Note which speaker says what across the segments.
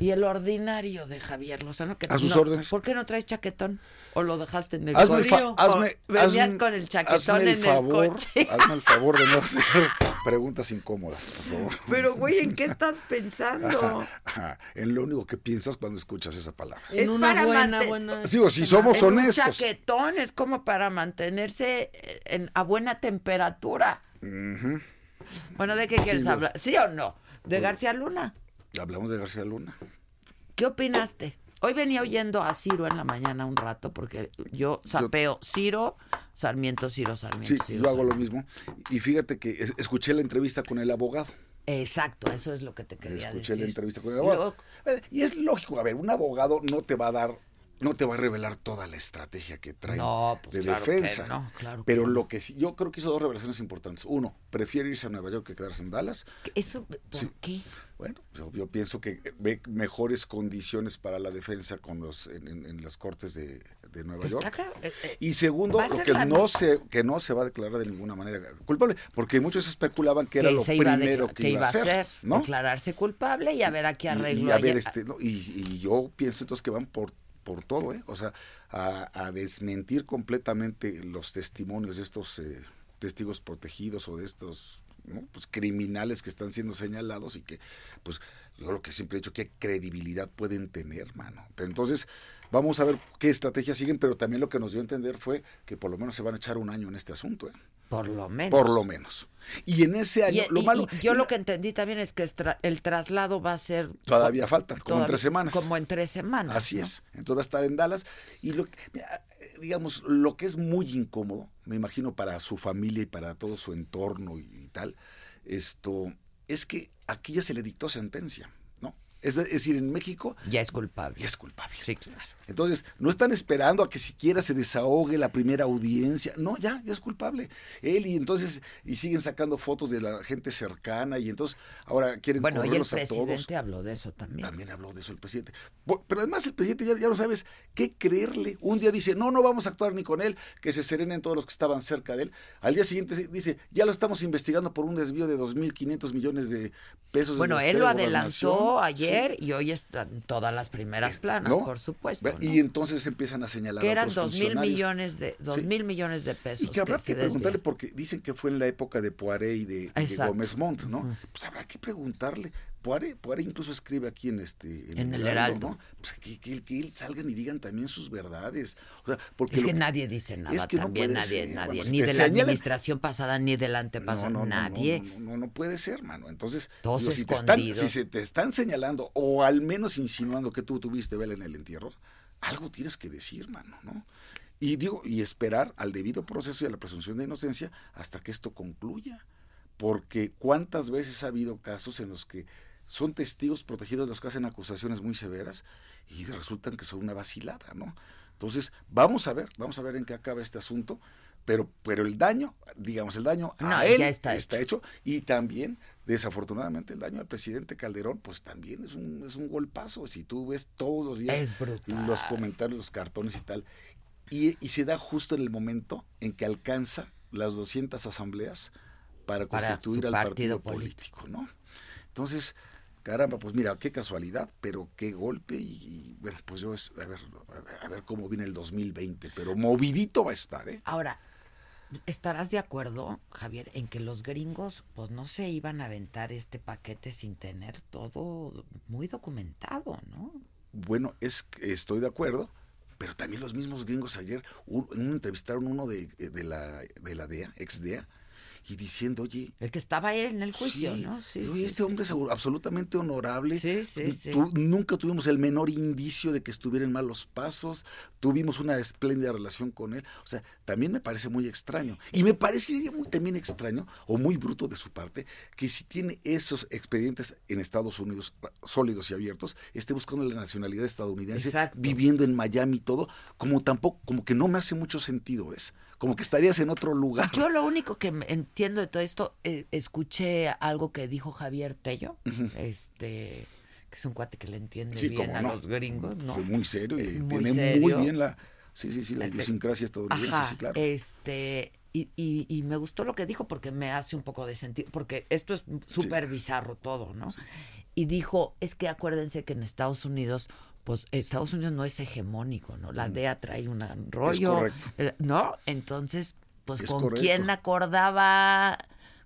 Speaker 1: Y el ordinario de Javier Lozano. Que
Speaker 2: A sus
Speaker 1: no-
Speaker 2: órdenes.
Speaker 1: ¿Por qué no traes chaquetón? ¿O lo dejaste en el
Speaker 2: Hazme el,
Speaker 1: coche?
Speaker 2: fa- hazme,
Speaker 1: ¿O Venías
Speaker 2: hazme-
Speaker 1: con el
Speaker 2: hazme
Speaker 1: chaquetón
Speaker 2: el
Speaker 1: en
Speaker 2: favor,
Speaker 1: el coche.
Speaker 2: Hazme el favor de no hacer preguntas incómodas, por favor.
Speaker 3: Pero, güey, ¿en qué estás pensando?
Speaker 2: Ajá, en lo único que piensas cuando escuchas esa palabra.
Speaker 3: Es para manten-
Speaker 2: Sí, o si somos
Speaker 1: en un
Speaker 2: honestos.
Speaker 1: chaquetón es como para mantenerse eh, en- a buena temperatura. Bueno, ¿de qué quieres
Speaker 2: yo-
Speaker 1: hablar? ¿Sí o no?
Speaker 2: Pues
Speaker 1: De García Luna.
Speaker 2: Hablamos de García Luna.
Speaker 1: ¿Qué opinaste? Hoy venía oyendo a Ciro en la mañana un rato porque yo sapeo Ciro, Sarmiento, Ciro, Sarmiento.
Speaker 2: Sí,
Speaker 1: Ciro,
Speaker 2: yo hago lo
Speaker 1: Sarmiento.
Speaker 2: mismo. Y fíjate que es- escuché la entrevista con el abogado.
Speaker 1: Exacto, eso es lo que te quería
Speaker 2: Escuché
Speaker 1: decir.
Speaker 2: la entrevista con el
Speaker 1: Y
Speaker 2: abogado.
Speaker 1: luego,
Speaker 2: Eh, Y es lógico, a ver, un abogado no te va a dar, no te va a revelar toda la estrategia que trae
Speaker 1: No, pues
Speaker 2: de
Speaker 1: claro que
Speaker 2: defensa.
Speaker 1: no, claro que
Speaker 2: Pero
Speaker 1: no.
Speaker 2: lo que sí, yo creo que hizo dos revelaciones importantes. Uno, prefiere irse a Nueva York que quedarse en Dallas.
Speaker 1: ¿Eso por qué?
Speaker 2: Bueno, yo, yo pienso que ve mejores condiciones para la defensa con los en, en- en las cortes de, de Nueva
Speaker 1: Está
Speaker 2: York.
Speaker 1: claro, eh, eh,
Speaker 2: Y segundo,
Speaker 1: va a
Speaker 2: lo
Speaker 1: ser
Speaker 2: que
Speaker 1: la-
Speaker 2: no se que no se va a declarar de ninguna manera culpable, porque muchos especulaban que era
Speaker 1: que
Speaker 2: lo
Speaker 1: se iba a
Speaker 2: primero
Speaker 1: decla-
Speaker 2: que, iba a hacer, ¿no?
Speaker 1: declararse culpable y a ver a qué
Speaker 2: Y-
Speaker 1: arreglo
Speaker 2: y, a
Speaker 1: hay-
Speaker 2: ver, este, no, y, y yo pienso entonces que van por por todo, ¿eh? O sea, a, a desmentir completamente los testimonios de estos eh, testigos protegidos o de estos ¿no? pues criminales que están siendo señalados y que, pues, yo lo que siempre he dicho, qué credibilidad pueden tener, mano. Pero entonces, vamos a ver qué estrategia siguen, pero también lo que nos dio a entender fue que por lo menos se van a echar un año en este asunto, ¿eh?
Speaker 1: por lo menos.
Speaker 2: Por lo menos. Y en ese
Speaker 1: Y- e,
Speaker 2: año, lo
Speaker 1: y-
Speaker 2: malo.
Speaker 1: y yo lo que entendí también es que estra- el traslado va a ser...
Speaker 2: Todavía falta, como en
Speaker 1: todav-
Speaker 2: tres semanas.
Speaker 1: Como en tres semanas.
Speaker 2: Así
Speaker 1: ¿no?
Speaker 2: es. Entonces va a estar en Dallas. Y lo que, mira, digamos, lo que es muy incómodo, me imagino, para su familia y para todo su entorno y, y tal, esto, es que aquí ya se le dictó sentencia, ¿no? Es, de- es decir, en México
Speaker 1: Ya es culpable.
Speaker 2: ya es culpable.
Speaker 1: Sí, claro.
Speaker 2: Entonces, no están esperando a que siquiera se desahogue la primera audiencia. No, ya, ya es culpable. Él y entonces, y siguen sacando fotos de la gente cercana y entonces ahora quieren
Speaker 1: Bueno, y el
Speaker 2: correrlos a todos.
Speaker 1: presidente habló de eso también.
Speaker 2: También habló de eso el presidente. Bu- Pero además el presidente ya, ya no sabes qué creerle. Un día dice, no, no vamos a actuar ni con él, que se serenen todos los que estaban cerca de él. Al día siguiente se- dice, ya lo estamos investigando por un desvío de 2.500 millones de pesos. del
Speaker 1: Bueno, él
Speaker 2: Ministerio
Speaker 1: lo
Speaker 2: de Gobernación".
Speaker 1: adelantó
Speaker 2: Sí. Eh,
Speaker 1: ayer y hoy están todas las primeras planas,
Speaker 2: ¿No?
Speaker 1: por supuesto.
Speaker 2: Ve-
Speaker 1: ¿no?
Speaker 2: Y entonces empiezan a señalar
Speaker 1: que
Speaker 2: a
Speaker 1: eran
Speaker 2: otros
Speaker 1: dos mil
Speaker 2: funcionarios.
Speaker 1: millones de dos
Speaker 2: Sí.
Speaker 1: mil millones de pesos.
Speaker 2: Y que habrá
Speaker 1: se
Speaker 2: que preguntarle,
Speaker 1: desviaron.
Speaker 2: porque dicen que fue en la época de Poiré y de, y de
Speaker 1: Exacto.
Speaker 2: Gómez Montt, ¿no? Pues habrá que preguntarle. Poiré, Poiré incluso escribe aquí en este
Speaker 1: En el Heraldo.
Speaker 2: ¿no? Pues que, que- que salgan y digan también sus verdades. O sea, porque
Speaker 1: Es
Speaker 2: lo
Speaker 1: que nadie dice nada
Speaker 2: es que no
Speaker 1: también,
Speaker 2: puede
Speaker 1: nadie,
Speaker 2: ser,
Speaker 1: nadie,
Speaker 2: vamos,
Speaker 1: ni
Speaker 2: te
Speaker 1: de la
Speaker 2: señalan-
Speaker 1: administración pasada, ni del antepasado, nadie.
Speaker 2: No, no, no, no puede ser, mano. Entonces,
Speaker 1: Todos
Speaker 2: si, te están,
Speaker 1: escondidos.
Speaker 2: si se te están señalando o al menos insinuando que tú tuviste vela en el entierro, algo tienes que decir, mano, ¿no? Y digo, y esperar al debido proceso y a la presunción de inocencia hasta que esto concluya. Porque cuántas veces ha habido casos en los que son testigos protegidos los que hacen acusaciones muy severas y resultan que son una vacilada, ¿no? Entonces, vamos a ver, vamos a ver en qué acaba este asunto, pero, pero el daño, digamos, el daño
Speaker 1: No,
Speaker 2: a él
Speaker 1: ya está
Speaker 2: hecho. Y también, desafortunadamente, el daño al presidente Calderón, pues también es un, es un golpazo. Si tú ves todos los días
Speaker 1: Es brutal.
Speaker 2: los comentarios, los cartones y tal. Y, y se da justo en el momento en que alcanza las 200 asambleas para
Speaker 1: Para
Speaker 2: constituir
Speaker 1: su
Speaker 2: al
Speaker 1: partido
Speaker 2: partido, político, ¿no? Entonces, caramba, pues mira, qué casualidad, pero qué golpe. Y, y, bueno, pues yo, es- a ver, a ver, a ver cómo viene el 2020, pero movidito va a estar, ¿eh?
Speaker 1: Ahora, ¿estarás de acuerdo, Javier, en que los gringos pues no se iban a aventar este paquete sin tener todo muy documentado, ¿no?
Speaker 2: Bueno, es que estoy de acuerdo, pero también los mismos gringos ayer un- en un- entrevistaron uno de, de la, de la DEA, ex DEA, y diciendo, oye,
Speaker 1: El que estaba él en el juicio,
Speaker 2: sí,
Speaker 1: ¿no? Sí,
Speaker 2: digo,
Speaker 1: sí,
Speaker 2: este
Speaker 1: sí.
Speaker 2: hombre es au- absolutamente honorable.
Speaker 1: Sí, sí, sí.
Speaker 2: Tu- Nunca tuvimos el menor indicio de que estuviera en malos pasos. Tuvimos una espléndida relación con él. O sea, también me parece muy extraño. Y me parecería muy, también extraño o muy bruto de su parte que si tiene esos expedientes en Estados Unidos ah, sólidos y abiertos, esté buscando la nacionalidad estadounidense,
Speaker 1: Exacto.
Speaker 2: viviendo en Miami y todo, como tampoco, como que no me hace mucho sentido, es Como que estarías en otro lugar.
Speaker 1: Yo lo único que me- entiendo de todo esto, eh, escuché algo que dijo Javier Tello, este, que es un cuate que le entiende
Speaker 2: Sí,
Speaker 1: bien
Speaker 2: cómo
Speaker 1: a
Speaker 2: no.
Speaker 1: los gringos, ¿no?
Speaker 2: Fue muy serio y
Speaker 1: Eh, muy
Speaker 2: tiene muy
Speaker 1: serio.
Speaker 2: bien la, sí, sí, sí, la
Speaker 1: Este,
Speaker 2: idiosincrasia estadounidense,
Speaker 1: Ajá,
Speaker 2: sí, claro.
Speaker 1: Este, y, y- y me gustó lo que dijo porque me hace un poco de sentido, porque esto es súper bizarro todo, ¿no? Y dijo, es que acuérdense que en Estados Unidos, pues Estados Unidos no es hegemónico, ¿no? La DEA trae un rollo,
Speaker 2: Mm. correcto.
Speaker 1: eh, ¿no? Entonces, pues
Speaker 2: Es
Speaker 1: con
Speaker 2: correcto.
Speaker 1: quién acordaba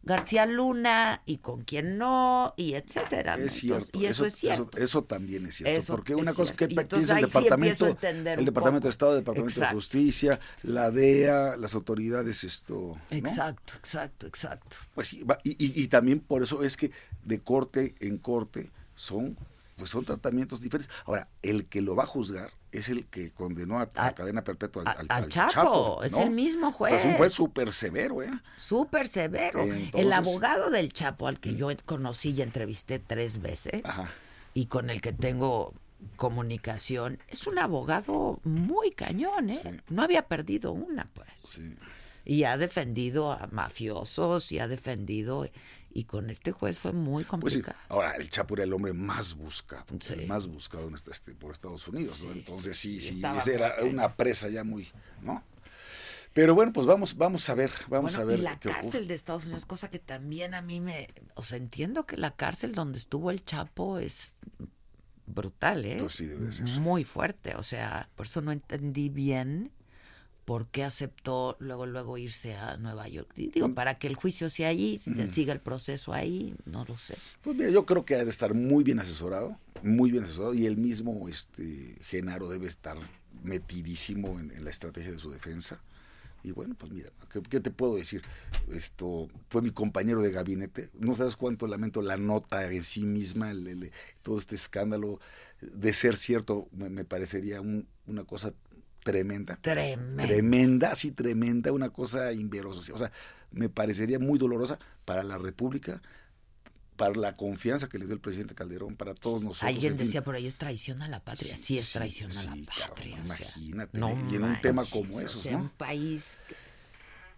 Speaker 1: García Luna y con quién no, y etcétera. ¿no?
Speaker 2: es cierto,
Speaker 1: Entonces, y eso, es cierto.
Speaker 2: Eso, eso también es cierto,
Speaker 1: Eso
Speaker 2: porque
Speaker 1: es
Speaker 2: una cosa
Speaker 1: cierto.
Speaker 2: que
Speaker 1: Y
Speaker 2: pe-
Speaker 1: entonces
Speaker 2: piensa
Speaker 1: ahí
Speaker 2: el
Speaker 1: sí empiezo a
Speaker 2: departamento,
Speaker 1: entender
Speaker 2: el
Speaker 1: un
Speaker 2: departamento
Speaker 1: poco.
Speaker 2: de Estado, el departamento
Speaker 1: Exacto.
Speaker 2: de Justicia, la DEA, las autoridades, esto, eh, ¿no?
Speaker 1: Exacto, exacto, exacto.
Speaker 2: Pues sí, va- y, y- y también por eso es que de corte en corte son, pues son tratamientos diferentes. Ahora, el que lo va a juzgar es el que condenó a, a
Speaker 1: Al-
Speaker 2: cadena perpetua al,
Speaker 1: al- al Chapo, es el mismo
Speaker 2: O sea, es un
Speaker 1: juez.
Speaker 2: juez súper severo, ¿eh?
Speaker 1: Súper severo. el
Speaker 2: Entonces- mm.
Speaker 1: abogado del Chapo, al que yo conocí y entrevisté tres veces,
Speaker 2: Ajá.
Speaker 1: y con el que tengo comunicación, es un abogado muy cañón, ¿eh?
Speaker 2: Sí.
Speaker 1: No había perdido una, pues.
Speaker 2: Sí.
Speaker 1: Y ha defendido a mafiosos y ha defendido. Y con este juez fue muy
Speaker 2: Pues sí.
Speaker 1: complicado.
Speaker 2: Ahora, el Chapo era el hombre más buscado,
Speaker 1: Sí.
Speaker 2: el más buscado en este- este- por Estados Unidos, ¿no?
Speaker 1: Sí,
Speaker 2: Entonces
Speaker 1: sí,
Speaker 2: sí,
Speaker 1: sí,
Speaker 2: sí,
Speaker 1: estaba
Speaker 2: esa era
Speaker 1: muy
Speaker 2: una presa ya muy, ¿no? Pero bueno, pues vamos, vamos a ver, vamos
Speaker 1: Bueno,
Speaker 2: a ver
Speaker 1: y la
Speaker 2: qué ocurre.
Speaker 1: cárcel de Estados Unidos, cosa que también a mí me. O sea, entiendo que la cárcel donde estuvo el Chapo es brutal, ¿eh?
Speaker 2: Pues sí, debe de ser.
Speaker 1: Muy fuerte. O sea, por eso no entendí bien por qué aceptó luego, luego irse a Nueva York. Y
Speaker 2: Mm.
Speaker 1: Digo, para que el juicio sea allí, si se siga el proceso ahí, no lo sé.
Speaker 2: Pues mira, yo creo que ha de estar muy bien asesorado, muy bien asesorado, y el mismo este, Genaro debe estar metidísimo en, en la estrategia de su defensa. Y bueno, pues mira, ¿qué, qué te puedo decir? Esto fue mi compañero de gabinete. No sabes cuánto lamento la nota en sí misma, el- el- todo este escándalo. De ser cierto, me, me parecería un- una cosa tremenda.
Speaker 1: Tremendo.
Speaker 2: Tremenda, sí, tremenda, una cosa inverosímil. O sea, me parecería muy dolorosa para la República, para la confianza que le dio el presidente Calderón, para todos nosotros.
Speaker 1: Alguien
Speaker 2: en fin.
Speaker 1: decía por ahí es traición a la patria. Sí, es
Speaker 2: sí,
Speaker 1: traición a
Speaker 2: sí,
Speaker 1: la
Speaker 2: cabrón,
Speaker 1: patria. o sea,
Speaker 2: imagínate, y en un tema como
Speaker 1: manches,
Speaker 2: esos,
Speaker 1: O sea,
Speaker 2: ¿no?
Speaker 1: un país que-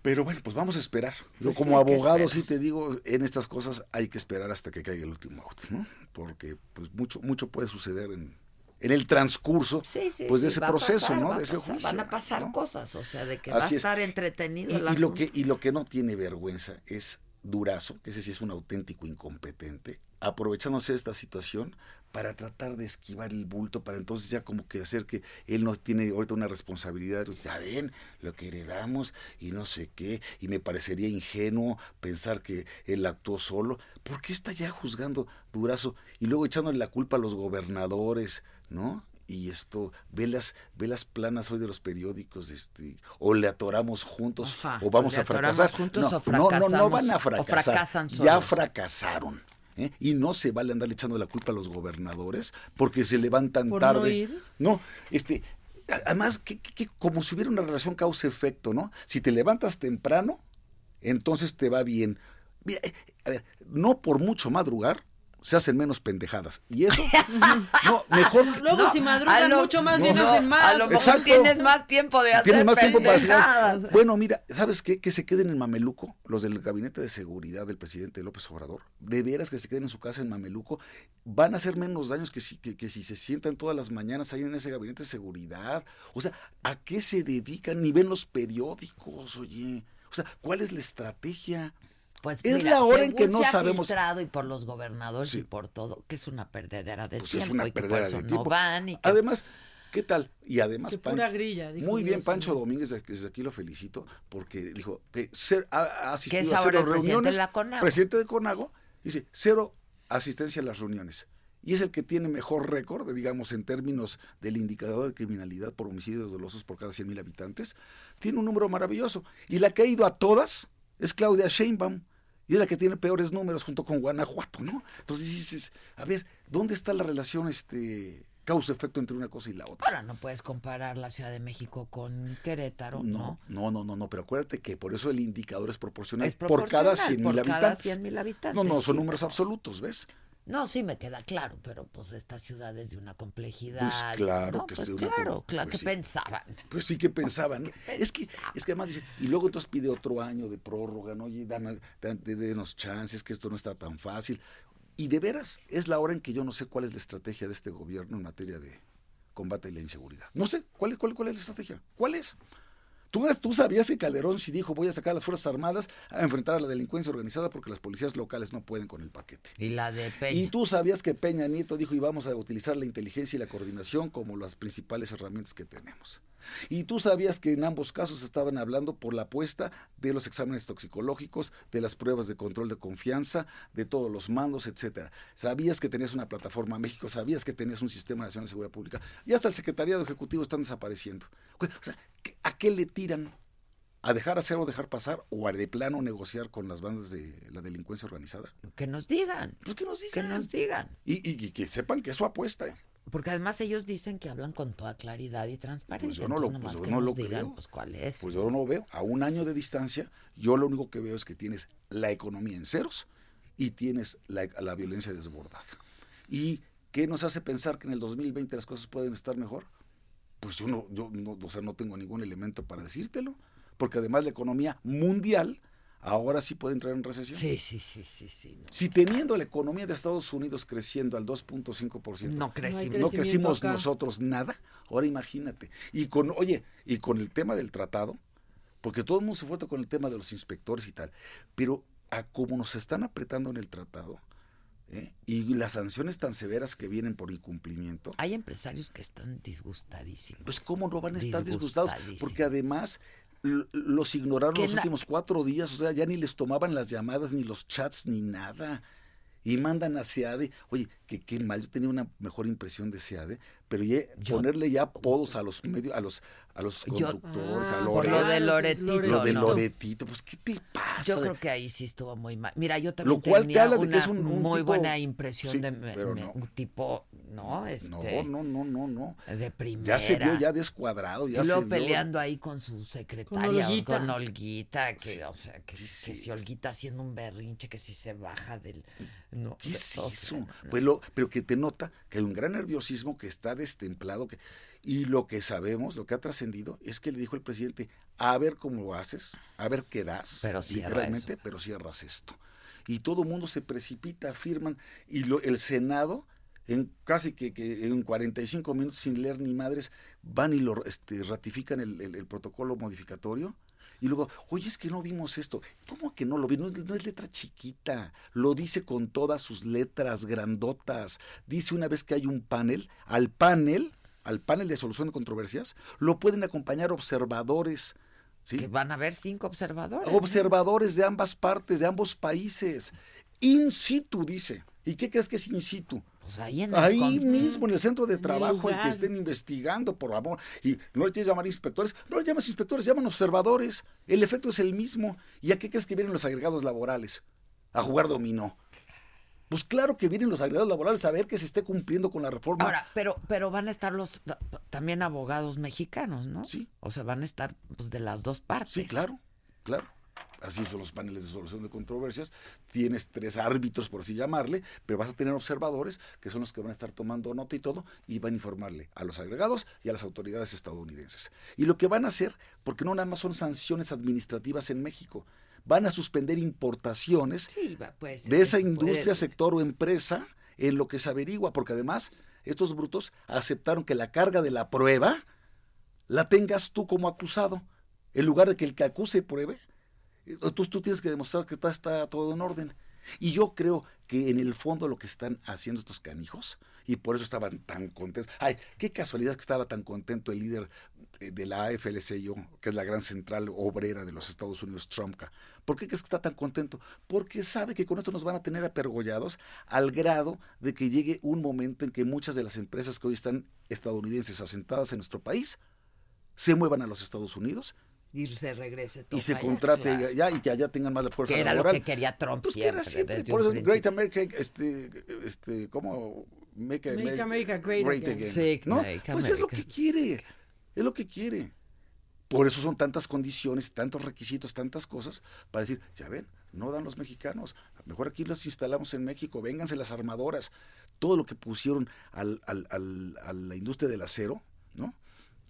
Speaker 2: Pero bueno, pues vamos a esperar. Yo
Speaker 1: Pues sí,
Speaker 2: como
Speaker 1: hay que
Speaker 2: abogado
Speaker 1: esperar.
Speaker 2: sí te digo, en estas cosas hay que esperar hasta que caiga el último auto, ¿no? Porque pues mucho mucho puede suceder en, en el transcurso
Speaker 1: Sí, sí,
Speaker 2: pues de
Speaker 1: sí,
Speaker 2: ese
Speaker 1: va a
Speaker 2: proceso,
Speaker 1: pasar,
Speaker 2: ¿no?
Speaker 1: va a
Speaker 2: De ese
Speaker 1: pasar,
Speaker 2: juicio.
Speaker 1: Van a pasar
Speaker 2: ¿no?
Speaker 1: cosas, o sea, de que va a
Speaker 2: Así es.
Speaker 1: estar entretenido
Speaker 2: Y,
Speaker 1: el
Speaker 2: y lo
Speaker 1: asunto.
Speaker 2: que, y lo que no tiene vergüenza es Durazo, que ese sí es un auténtico incompetente, aprovechándose de esta situación para tratar de esquivar el bulto, para entonces ya como que hacer que él no tiene ahorita una responsabilidad, "Pues, ya ven, lo que heredamos y no sé qué, y me parecería ingenuo pensar que él actuó solo. ¿Por qué está ya juzgando Durazo y luego echándole la culpa a los gobernadores, no? y esto, ve las, ve las planas hoy de los periódicos, este, o le atoramos juntos,
Speaker 1: Ajá, Pues
Speaker 2: o vamos
Speaker 1: le
Speaker 2: a
Speaker 1: atoramos
Speaker 2: fracasar.
Speaker 1: juntos
Speaker 2: no,
Speaker 1: o
Speaker 2: no, no, no van
Speaker 1: fracasamos,
Speaker 2: a
Speaker 1: o
Speaker 2: fracasar.
Speaker 1: fracasan
Speaker 2: ya
Speaker 1: solos.
Speaker 2: fracasaron. ¿eh? Y no se vale andar echando la culpa a los gobernadores porque se levantan
Speaker 3: Por no
Speaker 2: tarde.
Speaker 3: ir.
Speaker 2: No, este, a- además, que, que- que como si hubiera una relación causa-efecto, ¿no? Si te levantas temprano, entonces te va bien. Mira, eh, a ver, no por mucho madrugar se hacen menos pendejadas. Y eso, no, mejor.
Speaker 3: Luego si
Speaker 1: a
Speaker 3: madrugan
Speaker 1: lo-
Speaker 3: mucho más
Speaker 2: no,
Speaker 3: bien
Speaker 2: no,
Speaker 3: hacen más.
Speaker 1: A lo mejor
Speaker 2: Exacto.
Speaker 1: tienes más tiempo de hacer
Speaker 2: Tienen más tiempo para
Speaker 1: pendejadas.
Speaker 2: hacer- Bueno, mira, ¿sabes qué? Que se queden en Mameluco, los del gabinete de seguridad del presidente López Obrador. De veras que se queden en su casa en Mameluco. Van a hacer menos daños que si, que, que si se sientan todas las mañanas ahí en ese gabinete de seguridad. O sea, ¿a qué se dedican? Ni ven los periódicos, oye. O sea, ¿cuál es la estrategia?
Speaker 1: Pues
Speaker 2: Es
Speaker 1: mira,
Speaker 2: la hora en
Speaker 1: según
Speaker 2: que no
Speaker 1: se ha
Speaker 2: sabemos-
Speaker 1: filtrado y por los gobernadores y
Speaker 2: Sí.
Speaker 1: por todo, que es una perdedera de
Speaker 2: Pues es
Speaker 1: tiempo
Speaker 2: una
Speaker 1: y que por
Speaker 2: perdedera
Speaker 1: eso
Speaker 2: de
Speaker 1: no
Speaker 2: tiempo.
Speaker 1: van y que
Speaker 2: Además, ¿qué tal? Y además,
Speaker 3: Que pura grilla, dijo
Speaker 2: muy bien,
Speaker 3: Dios,
Speaker 2: Pancho
Speaker 3: señor.
Speaker 2: Domínguez, de- desde aquí lo felicito, porque dijo que cer- ha, ha asistido
Speaker 1: es
Speaker 2: a
Speaker 1: ahora
Speaker 2: cero
Speaker 1: el presidente de
Speaker 2: reuniones.
Speaker 1: la CONAGO.
Speaker 2: presidente de Conago, dice, cero asistencia a las reuniones. Y es el que tiene mejor récord, digamos, en términos del indicador de criminalidad por homicidios dolosos por cada 100.000 habitantes. Tiene un número maravilloso. Y la que ha ido a todas es Claudia Sheinbaum. Y es la que tiene peores números junto con Guanajuato, ¿no? Entonces dices, a ver, ¿dónde está la relación este causa-efecto entre una cosa y la otra?
Speaker 1: Ahora no puedes comparar la Ciudad de México con Querétaro,
Speaker 2: No,
Speaker 1: ¿no?
Speaker 2: no, no, no, no, pero acuérdate que por eso el indicador es proporcional,
Speaker 1: Es
Speaker 2: por cada
Speaker 1: proporcional,
Speaker 2: 100
Speaker 1: por
Speaker 2: mil
Speaker 1: cada
Speaker 2: habitantes.
Speaker 1: 100,000 habitantes,
Speaker 2: No, no, son
Speaker 1: sí.
Speaker 2: números absolutos, ¿ves?
Speaker 1: No, sí me queda claro, pero pues esta ciudad es de una complejidad.
Speaker 2: Pues claro
Speaker 1: ¿no?
Speaker 2: que es
Speaker 1: Pues
Speaker 2: de una
Speaker 1: claro,
Speaker 2: com-
Speaker 1: claro,
Speaker 2: pues
Speaker 1: que
Speaker 2: sí.
Speaker 1: pensaban.
Speaker 2: Pues sí que pensaban.
Speaker 1: Pues, ¿qué
Speaker 2: Es que
Speaker 1: pensaban?
Speaker 2: es que además dice, y luego entonces pide otro año de prórroga, ¿no? Oye, dan- dan- de- denos chances, que esto no está tan fácil. Y de veras, es la hora en que yo no sé cuál es la estrategia de este gobierno en materia de combate a la inseguridad. No sé, ¿cuál es, cuál, cuál es la estrategia? ¿Cuál es? ¿Tú, tú sabías que Calderón sí dijo voy a sacar a las Fuerzas Armadas a enfrentar a la delincuencia organizada porque las policías locales no pueden con el paquete.
Speaker 1: Y la de Peña.
Speaker 2: Y tú sabías que Peña Nieto dijo, y vamos a utilizar la inteligencia y la coordinación como las principales herramientas que tenemos. Y tú sabías que en ambos casos estaban hablando por la apuesta de los exámenes toxicológicos, de las pruebas de control de confianza, de todos los mandos, etcétera. Sabías que tenías una plataforma México, sabías que tenías un sistema nacional de seguridad pública, y hasta el secretariado ejecutivo están desapareciendo. O sea, ¿qué- ¿a qué le tiran? ¿A dejar hacer o dejar pasar? ¿O a de plano negociar con las bandas de la delincuencia organizada?
Speaker 1: Que nos digan,
Speaker 2: Pues que nos digan.
Speaker 1: que nos digan.
Speaker 2: Y, y- y que sepan que es su apuesta. ¿eh?
Speaker 1: Porque además ellos dicen que hablan con toda claridad y transparencia.
Speaker 2: Pues yo no lo-
Speaker 1: Entonces,
Speaker 2: pues
Speaker 1: nomás
Speaker 2: yo
Speaker 1: que
Speaker 2: no
Speaker 1: nos
Speaker 2: lo
Speaker 1: digan,
Speaker 2: creo.
Speaker 1: pues cuál es.
Speaker 2: Pues yo no veo. A un año de distancia, yo lo único que veo es que tienes la economía en ceros y tienes la, la violencia desbordada. ¿Y qué nos hace pensar que en el 2020 las cosas pueden estar mejor? Pues yo no, yo no, o sea, no tengo ningún elemento para decírtelo. Porque además la economía mundial ahora sí puede entrar en recesión.
Speaker 1: Sí, sí, sí, sí, sí. No,
Speaker 2: Si teniendo la economía de Estados Unidos creciendo al 2.5%,
Speaker 1: No crecimos.
Speaker 2: no
Speaker 4: crecimiento
Speaker 2: crecimos
Speaker 4: acá.
Speaker 2: nosotros nada. Ahora imagínate. Y con, oye, y con el tema del tratado, porque todo el mundo se fue con el tema de los inspectores y tal, pero a como nos están apretando en el tratado ¿eh? y las sanciones tan severas que vienen por incumplimiento,
Speaker 1: Hay empresarios que están disgustadísimos.
Speaker 2: pues cómo no van a estar disgustados,
Speaker 1: Disgustadísimo.
Speaker 2: porque además l- los ignoraron
Speaker 1: Que
Speaker 2: los
Speaker 1: na-
Speaker 2: últimos cuatro días, o sea, ya ni les tomaban las llamadas, ni los chats, ni nada. Y mandan a SEADE. Oye, que qué mal, yo tenía una mejor impresión de SEADE, pero ya,
Speaker 1: Yo-
Speaker 2: ponerle ya apodos a los medios, a los, a los
Speaker 1: Yo-
Speaker 2: conductores, a
Speaker 1: Por
Speaker 4: Ah,
Speaker 1: lo
Speaker 2: Loreto,
Speaker 1: de
Speaker 4: Loreto,
Speaker 1: Loretito.
Speaker 2: lo de
Speaker 1: no.
Speaker 2: Loretito, pues ¿qué te pasa?
Speaker 1: Yo creo que ahí sí estuvo muy mal. Mira, yo también
Speaker 2: Lo cual te
Speaker 1: tenía
Speaker 2: habla de
Speaker 1: una
Speaker 2: que es un- un
Speaker 1: muy
Speaker 2: tipo-
Speaker 1: buena impresión
Speaker 2: Sí,
Speaker 1: de me-
Speaker 2: pero
Speaker 1: me-
Speaker 2: no.
Speaker 1: un tipo, ¿no? Este,
Speaker 2: No, no, no, no, no.
Speaker 1: De primera.
Speaker 2: Ya se vio ya descuadrado, ya
Speaker 1: y
Speaker 2: se
Speaker 1: luego
Speaker 2: vio-
Speaker 1: peleando ahí con su secretaria, o
Speaker 4: Olguita.
Speaker 1: con Olguita, que, o sea, que,
Speaker 2: sí,
Speaker 1: que si
Speaker 2: sí.
Speaker 1: Olguita haciendo un berrinche, que si se baja del... No,
Speaker 2: ¿Qué es
Speaker 1: o sea,
Speaker 2: eso?
Speaker 1: no,
Speaker 2: Pues lo- pero que te nota que hay un gran nerviosismo que está destemplado. Que, y lo que sabemos, lo que ha trascendido, es que le dijo el presidente, a ver cómo lo haces, a ver qué das,
Speaker 1: Pero cierra
Speaker 2: literalmente,
Speaker 1: eso.
Speaker 2: pero cierras esto. Y todo el mundo se precipita, firman, y lo- el Senado, en casi que, que en 45 minutos sin leer ni madres, van y lo este, ratifican el, el- el protocolo modificatorio. Y luego, oye, es que no vimos esto. ¿Cómo que no lo vi? No, es- no es letra chiquita. Lo dice con todas sus letras grandotas. Dice una vez que hay un panel, al panel, al panel de solución de controversias, lo pueden acompañar observadores. ¿sí? Oh,
Speaker 1: Que van a haber cinco observadores. ¿no?
Speaker 2: Observadores de ambas partes, de ambos países. In situ, dice. ¿Y qué crees que es in situ?
Speaker 1: Pues ahí en el
Speaker 2: Ahí
Speaker 1: con-
Speaker 2: mismo, en el centro de
Speaker 4: el
Speaker 2: trabajo, en que
Speaker 4: lugar.
Speaker 2: estén investigando, por amor. Y no le tienes que llamar inspectores. No le llamas inspectores, llaman observadores. El efecto es el mismo. ¿Y a qué crees que vienen los agregados laborales? A jugar dominó. Pues claro que vienen los agregados laborales a ver que se esté cumpliendo con la reforma.
Speaker 1: Ahora, pero, pero van a estar los ta- también abogados mexicanos, ¿no?
Speaker 2: Sí.
Speaker 1: O sea, van a estar pues, de las dos partes.
Speaker 2: Sí, claro, claro. Así son los paneles de solución de controversias. Tienes tres árbitros, por así llamarle, pero vas a tener observadores que son los que van a estar tomando nota y todo y van a informarle a los agregados y a las autoridades estadounidenses. Y lo que van a hacer, porque no nada más son sanciones administrativas en México, van a suspender importaciones
Speaker 3: Sí, va, pues.
Speaker 2: de esa
Speaker 3: se puede.
Speaker 2: industria, sector o empresa en lo que se averigua, porque además estos brutos aceptaron que la carga de la prueba la tengas tú como acusado, en lugar de que el que acuse pruebe. Entonces tú tienes que demostrar que está, está todo en orden. Y yo creo que en el fondo lo que están haciendo estos canijos, y por eso estaban tan contentos. Ay, qué casualidad que estaba tan contento el líder eh, de la AFL-CIO, que es la gran central obrera de los Estados Unidos, Trumpka. ¿Por qué crees que está tan contento? Porque sabe que con esto nos van a tener apergollados al grado de que llegue un momento en que muchas de las empresas que hoy están estadounidenses asentadas en nuestro país se muevan a los Estados Unidos
Speaker 1: y se regrese todo.
Speaker 2: y se
Speaker 1: allá,
Speaker 2: contrate
Speaker 1: claro.
Speaker 2: ya y que allá tengan más la fuerza
Speaker 1: Que era lo
Speaker 2: laboral.
Speaker 1: que quería Trump
Speaker 2: Pues que era
Speaker 1: siempre,
Speaker 2: siempre,
Speaker 1: desde
Speaker 2: por
Speaker 1: un
Speaker 2: eso Great
Speaker 1: principio.
Speaker 2: America este este cómo Make,
Speaker 3: Make America Great Again.
Speaker 1: Sí,
Speaker 2: ¿no?
Speaker 1: Make
Speaker 2: pues es lo que
Speaker 1: America.
Speaker 2: quiere. Es lo que quiere. Por eso son tantas condiciones, tantos requisitos, tantas cosas para decir, ya ven, no dan los mexicanos. A lo mejor aquí los instalamos en México, vénganse las armadoras. Todo lo que pusieron al- al- al- a la industria del acero, ¿no?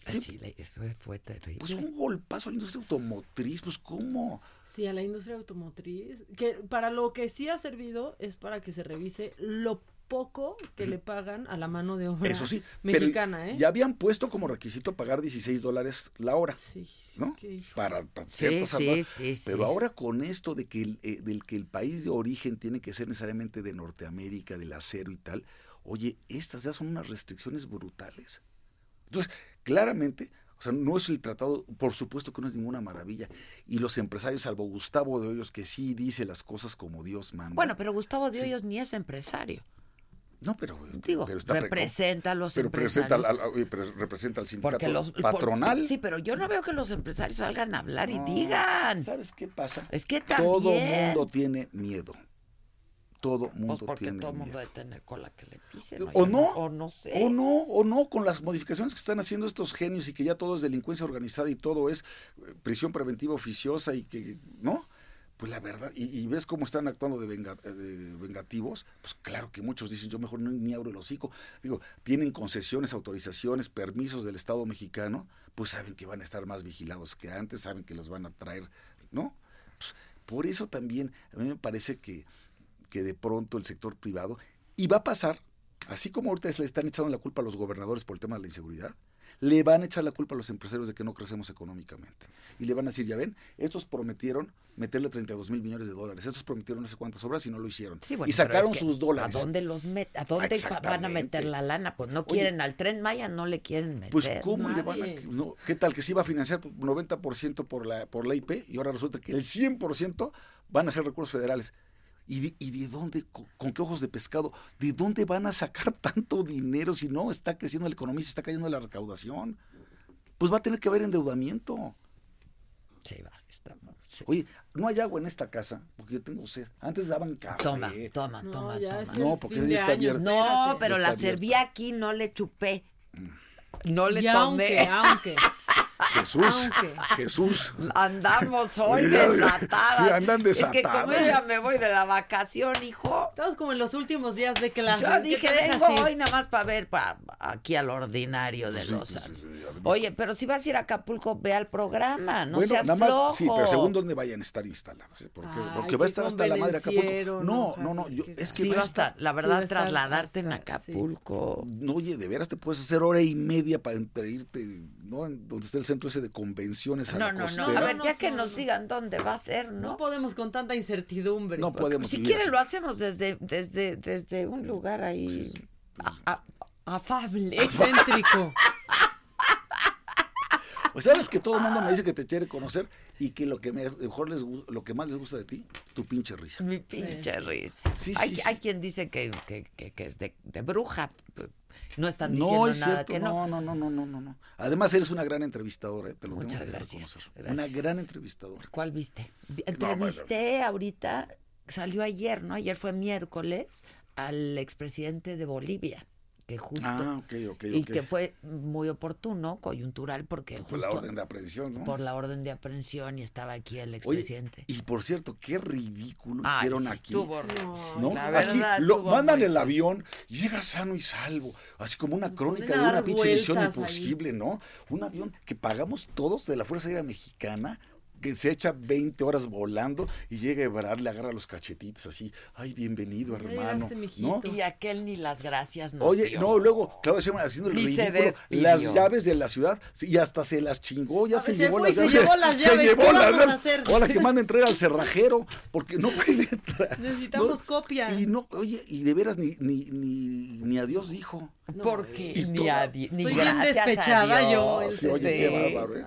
Speaker 1: Ay, sí, le- eso fue terrible.
Speaker 2: Pues un golpazo a la industria automotriz, pues ¿cómo?
Speaker 4: Sí, a la industria automotriz, que para lo que sí ha servido es para que se revise lo poco que le pagan a la mano de obra
Speaker 2: Eso sí, pero
Speaker 4: mexicana, ¿eh?
Speaker 2: ya habían puesto como requisito pagar 16 dólares la hora.
Speaker 4: Sí, es
Speaker 2: ¿no?
Speaker 4: que, hijo,
Speaker 2: Para para
Speaker 1: Sí,
Speaker 2: ciertas
Speaker 1: sí,
Speaker 2: almas.
Speaker 1: sí, sí.
Speaker 2: Pero ahora con esto de que el, eh, del que el país de origen tiene que ser necesariamente de Norteamérica, del acero y tal, oye, estas ya son unas restricciones brutales. Entonces, claramente, o sea, no es el tratado, por supuesto que no es ninguna maravilla. Y los empresarios, salvo Gustavo de Hoyos, que sí dice las cosas como Dios manda.
Speaker 1: Bueno, pero Gustavo de Hoyos ni es empresario.
Speaker 2: no, pero,
Speaker 1: Digo,
Speaker 2: pero está
Speaker 1: representa a los
Speaker 2: pero presenta al,
Speaker 1: empresarios.
Speaker 2: al- oye, pero representa al sindicato
Speaker 1: porque los por-
Speaker 2: patronal.
Speaker 1: sí, pero yo no veo que los empresarios salgan a hablar y
Speaker 2: No,
Speaker 1: digan.
Speaker 2: ¿Sabes qué pasa?
Speaker 1: Es que
Speaker 2: Todo
Speaker 1: también.
Speaker 2: mundo tiene miedo. Todo mundo
Speaker 1: Pues porque
Speaker 2: tiene
Speaker 1: todo el
Speaker 2: miedo.
Speaker 1: mundo debe tener cola que le pisen.
Speaker 2: O
Speaker 1: Yo
Speaker 2: no,
Speaker 1: O no sé.
Speaker 2: o no, o no, con las modificaciones que están haciendo estos genios y que ya todo es delincuencia organizada y todo es eh, prisión preventiva oficiosa y que, ¿no? Pues la verdad, y, y ves cómo están actuando de, venga- eh, de vengativos, pues claro que muchos dicen, yo mejor no- ni abro el hocico. Digo, tienen concesiones, autorizaciones, permisos del Estado mexicano, pues saben que van a estar más vigilados que antes, saben que los van a traer, ¿no? Pues, por eso también a mí me parece que, que de pronto el sector privado, y va a pasar, así como ahorita le están echando la culpa a los gobernadores por el tema de la inseguridad, le van a echar la culpa a los empresarios de que no crecemos económicamente. Y le van a decir, ya ven, estos prometieron meterle 32 mil millones de dólares, estos prometieron no sé cuántas obras y no lo hicieron.
Speaker 1: Sí, bueno,
Speaker 2: y
Speaker 1: pero
Speaker 2: sacaron
Speaker 1: es que
Speaker 2: sus dólares.
Speaker 1: ¿A dónde los met- ¿A dónde pa- van a meter
Speaker 2: Exactamente.
Speaker 1: la lana? Pues no
Speaker 2: Oye,
Speaker 1: quieren al tren Maya, no le quieren meter.
Speaker 2: Pues cómo le van
Speaker 4: nadie.
Speaker 2: a... no, ¿Qué tal que se iba a financiar 90% por la, por la IP y ahora resulta que el 100% van a ser recursos federales? ¿Y de, y de dónde, co- con qué ojos de pescado, de dónde van a sacar tanto dinero si no está creciendo la economía, si está cayendo la recaudación? Pues va a tener que haber endeudamiento.
Speaker 1: Sí, va, está- sí.
Speaker 2: Oye, no hay agua en esta casa porque yo tengo sed. Antes daban café.
Speaker 1: Toma, toma,
Speaker 4: No,
Speaker 1: Ah, toma,
Speaker 4: ya
Speaker 1: toma.
Speaker 4: es
Speaker 2: No,
Speaker 4: el
Speaker 2: porque
Speaker 4: fin
Speaker 2: ya
Speaker 4: de
Speaker 2: está
Speaker 4: año,
Speaker 2: abierto.
Speaker 1: No,
Speaker 4: espérate.
Speaker 1: pero
Speaker 2: Está
Speaker 1: la
Speaker 2: abierto.
Speaker 1: serví aquí, no le chupé. No le
Speaker 4: Y
Speaker 1: tomé.
Speaker 4: aunque, aunque.
Speaker 2: Jesús,
Speaker 4: Aunque.
Speaker 1: Ah,
Speaker 2: Jesús.
Speaker 1: Andamos hoy
Speaker 2: Oye, ya-
Speaker 1: desatadas.
Speaker 2: sí, andan
Speaker 1: Es que como
Speaker 2: desatadas.
Speaker 1: yo ya me voy de la vacación, hijo.
Speaker 4: Estamos como en los últimos días de clase.
Speaker 1: Yo
Speaker 4: ¿qué
Speaker 1: dije,
Speaker 4: te dejas
Speaker 1: vengo
Speaker 4: ir?
Speaker 1: hoy nada más para ver pa- aquí al ordinario de Lozano. Oye, pero si vas a ir a Acapulco, ve al programa, no seas flojo.
Speaker 2: sí, pero según dónde vayan a estar instaladas, ¿eh? porque,
Speaker 4: Ay,
Speaker 2: porque va a
Speaker 4: qué
Speaker 2: estar hasta la madre Acapulco.
Speaker 4: convenenciero,
Speaker 2: No,
Speaker 4: no,
Speaker 2: no, no,
Speaker 4: Javi,
Speaker 2: yo-
Speaker 4: qué
Speaker 2: es que
Speaker 1: Sí,
Speaker 2: va
Speaker 1: va
Speaker 2: a estar.
Speaker 1: la verdad,
Speaker 4: va a estar-
Speaker 1: trasladarte en
Speaker 4: va a estar, sí.
Speaker 1: Acapulco.
Speaker 2: No, oye, de veras te puedes hacer hora y media para entre irte, ¿no? En donde está el centro ese de convenciones a
Speaker 1: No,
Speaker 2: la
Speaker 1: no, no.
Speaker 2: costera.
Speaker 1: A ver,
Speaker 4: No,
Speaker 1: ya
Speaker 4: no,
Speaker 1: que
Speaker 4: no,
Speaker 1: nos
Speaker 4: no.
Speaker 1: digan dónde va a ser,
Speaker 4: ¿no?
Speaker 1: ¿no? Pues
Speaker 4: podemos con tanta incertidumbre.
Speaker 2: No podemos
Speaker 1: si
Speaker 2: vivir
Speaker 1: quieren
Speaker 2: así.
Speaker 1: lo hacemos desde, desde, desde un lugar ahí a- a- afable.
Speaker 4: Excéntrico.
Speaker 2: Pues sabes que todo
Speaker 1: Ah.
Speaker 2: el mundo me dice que te quiere conocer y que lo que me- mejor les gu- lo que más les gusta de ti, tu pinche risa.
Speaker 1: Mi pinche risa.
Speaker 2: Sí,
Speaker 1: hay,
Speaker 2: sí,
Speaker 1: hay
Speaker 2: sí.
Speaker 1: quien dice que, que- que- que es de, de bruja. No están diciendo
Speaker 2: No es
Speaker 1: nada
Speaker 2: cierto,
Speaker 1: que no.
Speaker 2: no, no, no, no, no, no, no. Además eres una gran entrevistadora, ¿eh? te lo
Speaker 1: Muchas
Speaker 2: tengo que
Speaker 1: gracias,
Speaker 2: reconocer.
Speaker 1: gracias.
Speaker 2: Una gran entrevistadora.
Speaker 1: ¿Cuál viste? Vi-
Speaker 2: bueno.
Speaker 1: Entrevisté ahorita, salió ayer, ¿no? Ayer fue miércoles al expresidente de Bolivia, que justo
Speaker 2: Ah, ok, ok, ok.
Speaker 1: y que fue muy oportuno, coyuntural, porque
Speaker 2: Por
Speaker 1: justo
Speaker 2: la orden de aprehensión, ¿no?
Speaker 1: por la orden de aprehensión y estaba aquí el
Speaker 2: Oye,
Speaker 1: expresidente.
Speaker 2: y por cierto, qué ridículo
Speaker 1: Ay,
Speaker 2: hicieron
Speaker 1: sí
Speaker 2: aquí.
Speaker 1: estuvo
Speaker 4: No,
Speaker 2: ¿no?
Speaker 1: la
Speaker 2: aquí
Speaker 1: verdad,
Speaker 2: lo
Speaker 1: estuvo
Speaker 2: mandan
Speaker 1: muy
Speaker 2: el
Speaker 1: feo.
Speaker 2: avión, llega sano y salvo, así como una crónica
Speaker 4: ponen a
Speaker 2: de una
Speaker 4: dar
Speaker 2: pinche misión
Speaker 4: vueltas
Speaker 2: imposible, ¿no? Un avión que pagamos todos de la Fuerza Aérea Mexicana, que se echa 20 horas volando y llega Ebrard, le agarra los cachetitos así, ay, bienvenido,
Speaker 4: Ya
Speaker 2: hermano,
Speaker 4: llegaste,
Speaker 2: ¿no?
Speaker 4: mijito.
Speaker 1: Y aquel ni las gracias nos
Speaker 2: Oye,
Speaker 1: dio.
Speaker 2: no, luego, claro, haciendo el
Speaker 1: Ni se
Speaker 2: ridículo,
Speaker 1: despidió.
Speaker 2: las llaves de la ciudad, sí, y hasta se las chingó, ya
Speaker 4: A
Speaker 2: se,
Speaker 4: ver, se
Speaker 2: llevó
Speaker 4: fue
Speaker 2: las
Speaker 4: y se
Speaker 2: llaves.
Speaker 4: llevó las llaves,
Speaker 2: llevó
Speaker 4: ¿qué
Speaker 2: las
Speaker 4: vamos a
Speaker 2: llaves.
Speaker 4: hacer?
Speaker 2: Ahora que manda a entrar al cerrajero, porque no puede entrar.
Speaker 4: Necesitamos
Speaker 2: ¿no?
Speaker 4: copia.
Speaker 2: Y no, oye, y de veras ni, ni, ni, ni a Dios dijo.
Speaker 1: Porque
Speaker 2: Y
Speaker 1: ni,
Speaker 2: todo-
Speaker 1: a di- ni
Speaker 4: Estoy bien
Speaker 1: gracias
Speaker 4: despechada
Speaker 1: a
Speaker 4: yo, este,
Speaker 1: Dios.
Speaker 4: en
Speaker 2: Sí, oye, qué
Speaker 4: Sí.
Speaker 2: bárbaro, ¿eh?